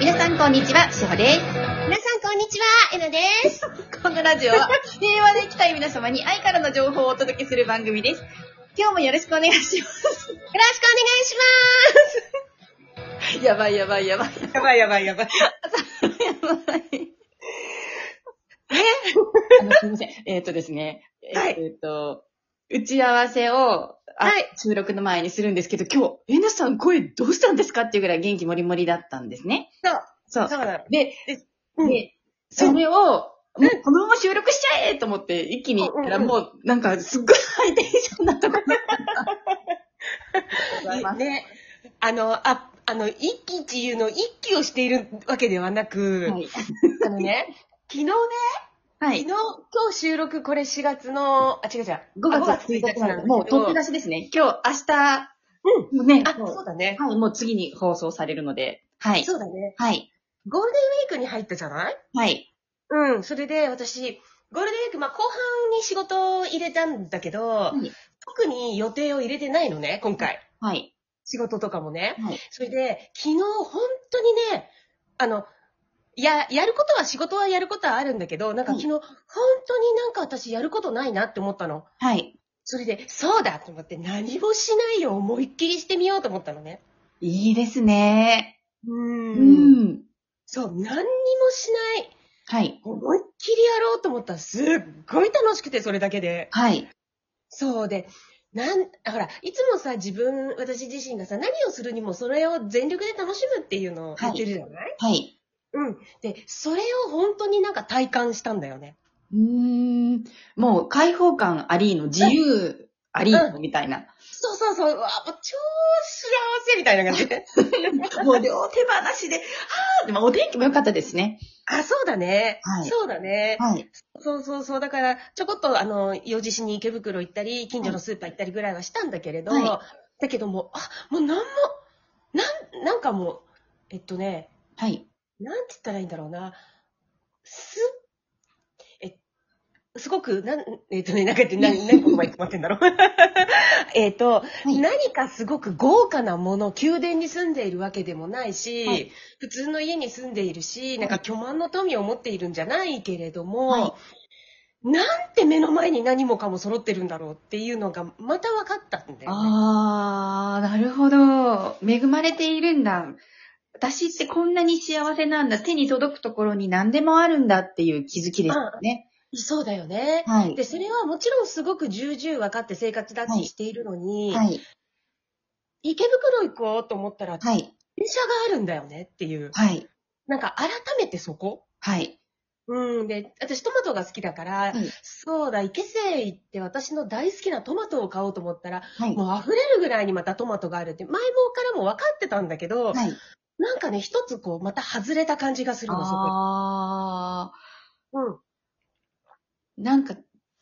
皆さんこんにちは、しほです。皆さん、こんにちは。えなです。 このラジ オは、平和で生きたい皆様に愛からの情報をお届けする番組です。今日もよろしくお願いします。よろしくお願いしま す。やばいやばいやばい。やばいやば いやばい。あの、すみません。えっ、とですね。えっ、はいと、打ち合わせを、あはい収録の前にするんですけど、今日、えなさん声どうしたんですかっていうぐらい元気もりもりだったんですね。そう。そう。そうなの。で、うんで、それを、もうこのまま収録しちゃえと思って、一気に行ったら、うんうんうもんう、なんか、すっごいハイテンションな ところだった。ね。あの、あ、あの、一喜一憂の一喜をしているわけではなく、はい。あのね、昨日ね、は昨日、い。今日収録、これ4月の、あ、違う違う。 5あ月1日なんで、ももう、う取取っってて出出しですね。今日、明日、もうね、あ、もうそうだね。はい、もう次に放送されるので、はい。そうだね。はい。ゴールデンウィークに入ったじゃないはい。うん。それで、私、ゴールデンウィーク、まあ、後半に仕事を入れたんだけど、はい特に予定を入れてないのね、今回。はい。仕事とかもね。はいそれで、昨日本当にね、あの、や、やることは、仕事はやることはあるんだけど、なんかはい昨日、本当になんか私やることないなって思ったの。はい。それで、そうだと思って、何もしないよ、思いっきりしてみようと思ったのね。いいですね。う。うんん。そう、何にもしない。はい。思いっきりやろうと思ったら、すっごい楽しくて、それだけで。はい。そうで、なん、ほら、いつもさ、自分、私自身がさ、何をするにもそれを全力で楽しむっていうのをはい言ってるじゃない、はい。うん。で、それを本当になんか体感したんだよね。うーん。もう、開放感ありの、自由ありの、みたいな。そうそうそう、うわ、もう超幸せみたいな 感じで。もう両手放しで、あーでもお天気も良かったですね。あ、そうだね。はいそうだね。はい。そうそうそう。だから、ちょこっと、あの、用事しに池袋行ったり、近所のスーパー行ったりぐらいはしたんだけれど、はだけどもう、あ、もうなんも、なん、なんかもう、えっとね、はい。なんて言ったらいいんだろうな。す、え、すごく、なん、えっ、とね、なんかっ て、何、何言葉に困ってんだろう。 えっと、い何かすごく豪華なもの、宮殿に住んでいるわけでもないし、はい普通の家に住んでいるし、なんか巨万の富を持っているんじゃないけれども、はなんて目の前に何もかも揃ってるんだろうっていうのが、また分かったんだよ、ね。あー、なるほど。恵まれているんだ。私ってこんなに幸せなんだ。手に届くところに何でもあるんだっていう気づきですよね。そうだよね。はい。で、それはもちろんすごく重々分かって生活だってしているのに、はい。池袋行こうと思ったら、電はい。車があるんだよねっていう。はい。なんか改めてそこはい。うん。で、私トマトが好きだから、はいそうだ、池生行って私の大好きなトマトを買おうと思ったら、はい。もう溢れるぐらいにまたトマトがあるって、前もからも分かってたんだけど、はい。なんかね、一つこう、また外れた感じがするの、そこあー。に。うん。なんか、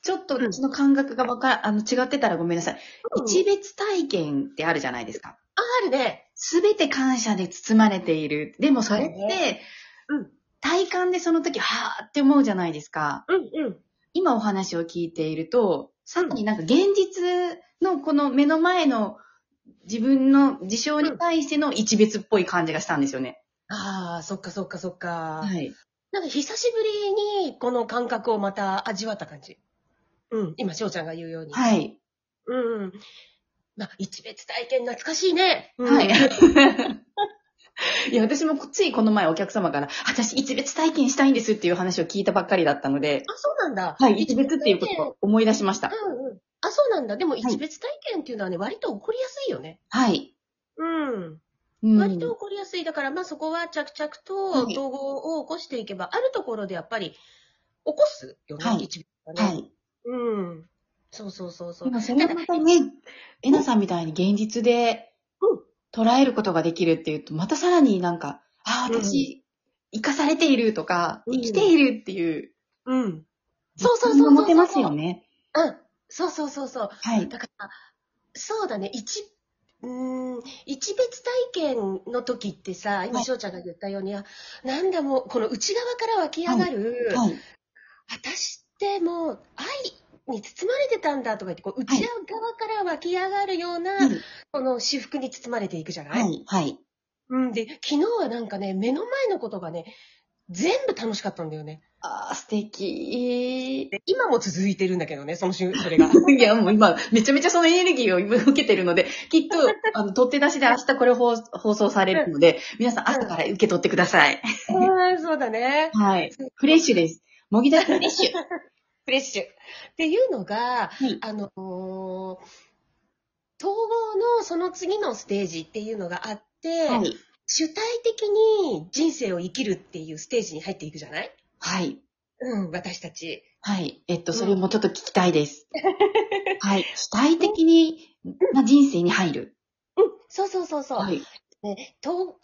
ちょっとうちの感覚がわか、あの、違ってたらごめんなさい。一一部別体験ってあるじゃないですか。あるね。すべて感謝で包まれている。でもそれっそうて、うん。体感でその時、はーって思うじゃないですか。うんうん。今お話を聞いていると、さ特になんか現実のこの目の前の自分の事象に対しての一別っぽい感じがしたんですよね。ああ、そっかそっかそっか。はい。なんか久しぶりにこの感覚をまた味わった感じ。うん。今、翔ちゃんが言うように。はい。うん。まあ、一別体験懐かしいね。はうんい。いや、私もついこの前お客様から、私一別体験したいんですっていう話を聞いたばっかりだったので、あ、そうなんだ。はい、一別っていうことを思い出しました。うんうん。あ、そうなんだ。でもい一別体験っていうのはね、割と起こりやすいよね。はい。うん。うん割と起こりやすい。だから、まあそこは着々とはい統合を起こしていけば、あるところでやっぱり起こすよね、はい一別はね。はい。うん。そうそうそうそうで。もそれはまたね、えなさんみたいに現実でうん捉えることができるっていうと、またさらになんか、ああ、私、生かされているとか、うん生きているっていう、うん。そうそうそうそうそう持てますよね。うん。そうそうそうそう。はい。だから、そうだね、一、うーん、一別体験の時ってさ、は今い翔ちゃんが言ったように、あなんだもう、この内側から湧き上がる、はい。私ってもう愛に包まれてたんだとか言って、こう内側から湧き上がるような、はい。この私服に包まれていくじゃない、はい。はい。うん、で、昨日はなんかね、目の前のことがね、全部楽しかったんだよね。ああ、素敵。で今も続いてるんだけどね、その瞬、そ れが。いや、もう今、めちゃめちゃそのエネルギーを今受けてるので、 きっと、あの、取って出しで明日これ放放送されるので、皆さん朝から受け取ってください。うん、そうだね。はい。フレッシュです。もぎだフレッシュ。フレッシュ。っていうのが、はいあのー統合のその次のステージっていうのがあって、はい。主体的に人生を生きるっていうステージに入っていくじゃないはい。うん、私たち。はい。えっと、それもちょっと聞きたい です。はい。主体的に、な人生に入る。うん、そうそうそうそう。はい。ね、統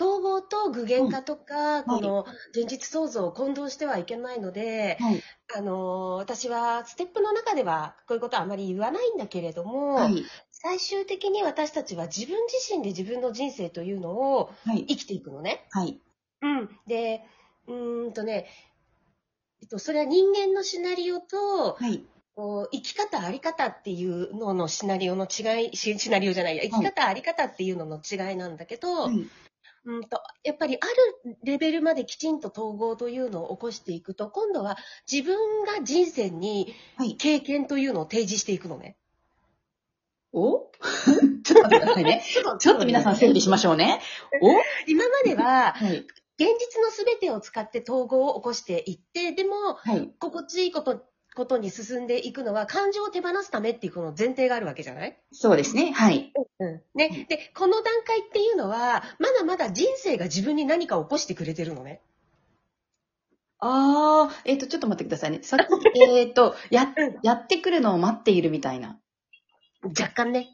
統合と具現化とか、んこの現実創造を混同してはいけないので、はい。あのー私はステップの中ではこういうことはあまり言わないんだけれども、はい。最終的に私たちは自分自身で自分の人生というのをはい。生きていくのね。はい。うん、で、うーんとね、えっと、それは人間のシナリオと、はい。こう生き方、あり方っていうののシナリオの違い、シシナリオじゃないや、生き方、あり方っていうのの違いなんだけど、はい。うんと、やっぱりあるレベルまできちんと統合というのを起こしていくと、今度は自分が人生にはい経験というのを提示していくのね。お ちょっと待ってくださいね。ちょっとちょっと皆さん整理しましょうね。お今まではは、い。現実のすべてを使って統合を起こしていって、でも、はい。心地いいこと、ことに進んでいくのは、感情を手放すためっていうこの前提があるわけじゃないそうですね。はい。うん。ね。で、この段階っていうのは、まだまだ人生が自分に何かを起こしてくれてるのね。あー、えっ、と、ちょっと待ってくださいね。 さっき、えっと、やうん、やってくるのを待っているみたいな。若干ね。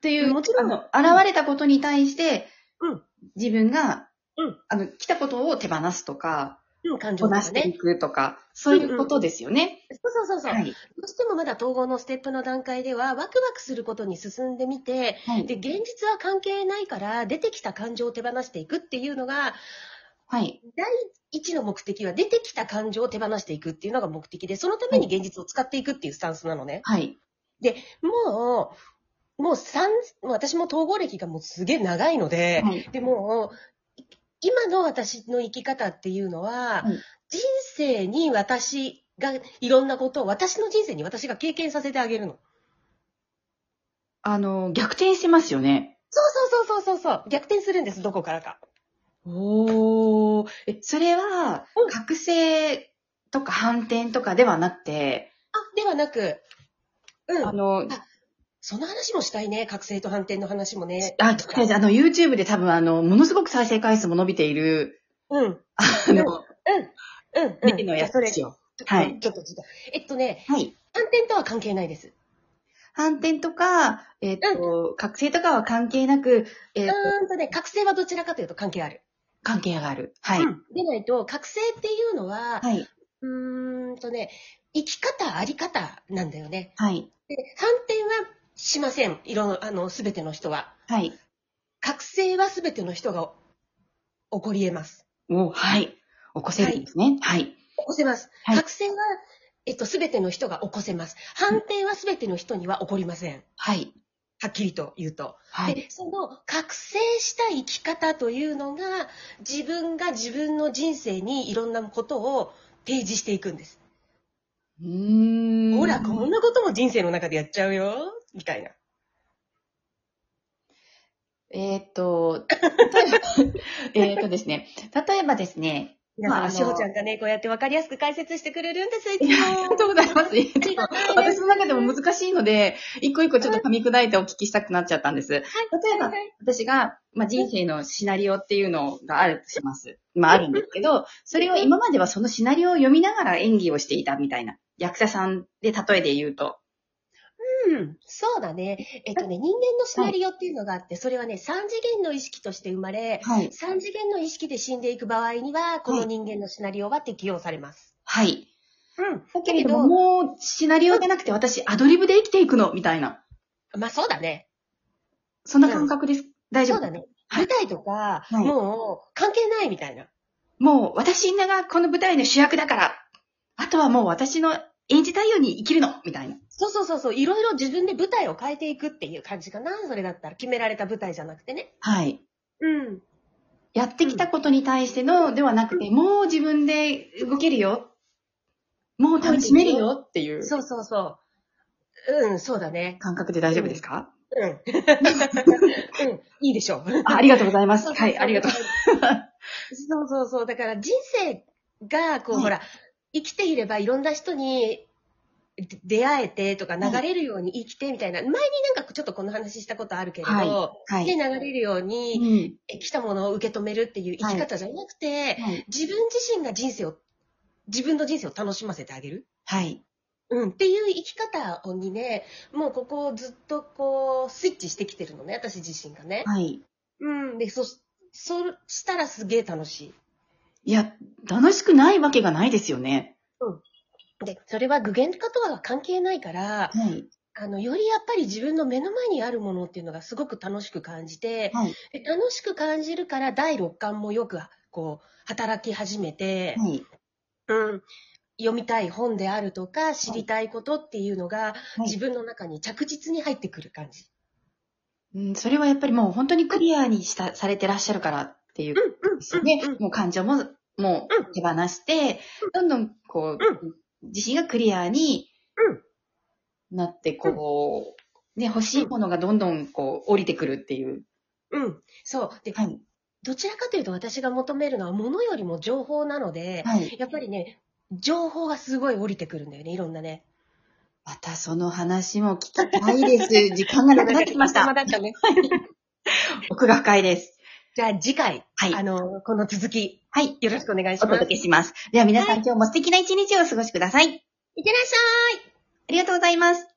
という、もちろんあの、現れたことに対して、うん自分が、うんあの、来たことを手放すとか、うん、感情ことなかしてね。いくとか、そういうことですよね。そうそうそうそう。はい。どうしてもまだ統合のステップの段階では、ワクワクすることに進んでみて、はい。で、現実は関係ないから、出てきた感情を手放していくっていうのが、はい。一の目的は出てきた感情を手放していくっていうのが目的で、そのために現実を使っていくっていうスタンスなのね。はい。もう、もう三、もう私も統合歴がもうすげえ長いので、はい。でもう、い今の私の生き方っていうのは、はい人生に私が、いろんなことを、私の人生に私が経験させてあげるの。あの、逆転してますよね。そうそうそうそうそうそう。逆転するんです、どこからか。おー。え、それはう、ん覚醒とか反転とかではなくて、あ、ではなく、うあん。の、その話もしたいね。覚醒と反転の話もね。あ、聞きたいですあの、YouTube で多分、あの、ものすごく再生回数も伸びている、うん。うん。あの、うん。見てのやつでじすゃよ。あそれはいちょっと違う。えっとね、はい。反転とは関係ないです。反転とか、えっ、と、覚醒とかは関係なく、えうっ、と、ーんとね、覚醒はどちらかというと関係ある。関係がある。はい。うんでないと、覚醒っていうのは、はい。うーんとね、生き方、あり方なんだよね。はい。で、反転はしません。いろんな、あの、すべての人は。はい。覚醒はすべての人が起こり得ます。お、はい。起こせるんですね。はい。起こせます。はい覚醒は、えっと、すべての人が起こせます。反転はすべての人には起こりません。はい。はっきりと言うと。はい。で、その覚醒した生き方というのが、自分が自分の人生にいろんなことを提示していくんです。うーん。ほら、こんなことも人生の中でやっちゃうよ、みたいな。えっ、と、例えば、えっ とですね、例えばですね、まあまああ、のしほちゃんがね、こうやってわかりやすく解説してくれるんです、いついも。やありがとうございます。ありがたいで 私すの中でも難しいので、一個一個ちょっと噛み砕いてお聞きしたくなっちゃったんです。例えばはい、私が、まあ、人生のシナリオっていうのがあるとします。まあ、あるんですけど、それを今まではそのシナリオを読みながら演技をしていたみたいな。役者さんで例えで言うと。うん、そうだね。えっとね、人間のシナリオっていうのがあって、それはね、三次元の意識として生まれ、はい。三次元の意識で死んでいく場合には、この人間のシナリオは適用されます。はい。うん。だけれれどども、もうシナリオじゃなくて私アドリブで生きていくのみたいな。まあそうだね。そんな感覚です。大丈夫そうだね。舞台とか、はいもう関係ないみたいな。もう私がこの舞台の主役だから、あとはもう私の演じたいように生きるのみたいな。そうそうそうそう、いろいろ自分で舞台を変えていくっていう感じかな、それだったら。決められた舞台じゃなくてね。はい。うん。やってきたことに対してのではなくて、もう自分で動けるよ。もう楽しめるよっていうそうそうそう。うん、そうだね。感覚で大丈夫ですか、 うん。うん、いいでしょう。あありがとうございます。そうそうはい、ありがとう。そうそうそう。だから人生が、こう、はいほら、生きていればいろんな人にで出会えてとか流はいれるように生きてみたいな、前になんかちょっとこの話したことあるけれど、ははでい。流れるようにうんえ来たものを受け止めるっていう生き方じゃなくて、はい。自分自身が人生を、自分の人生を楽しませてあげる。はい。うん、っていう生き方にね、もうここずっとこう、スイッチしてきてるのね、私自身がね。はい。うん、で、そ、そしたらすげえ楽しい。いや、楽しくないわけがないですよね。で、それは具現化とは関係ないから、はい。あの、よりやっぱり自分の目の前にあるものっていうのがすごく楽しく感じて、はい。で楽しく感じるから第六感もよく、こう、働き始めて、はい。うん、読みたい本であるとか、知りたいことっていうのはが、い自分の中に着実に入ってくる感じ。うん、それはやっぱりもう本当にクリアにした、されてらっしゃるからっていううん、うん、ですよねうんうん。もう感情も、もうう手放して、どんどんこう、自身がクリアになって、こう、ね、欲しいものがどんどんこう、降りてくるっていう。うん。そう。で、はい。どちらかというと私が求めるのは物よりも情報なので、はい。やっぱりね、情報がすごい降りてくるんだよね、いろんなね。またその話も聞きたい です。時間がなくなってきまし ま た。だったね。奥が深いです。じゃあ次回、はいあの、この続き、はい。よろしくお願いしおます。届けします。では皆さん、はい今日も素敵な一日をお過ごしください。いってらっしゃいありがとうございます。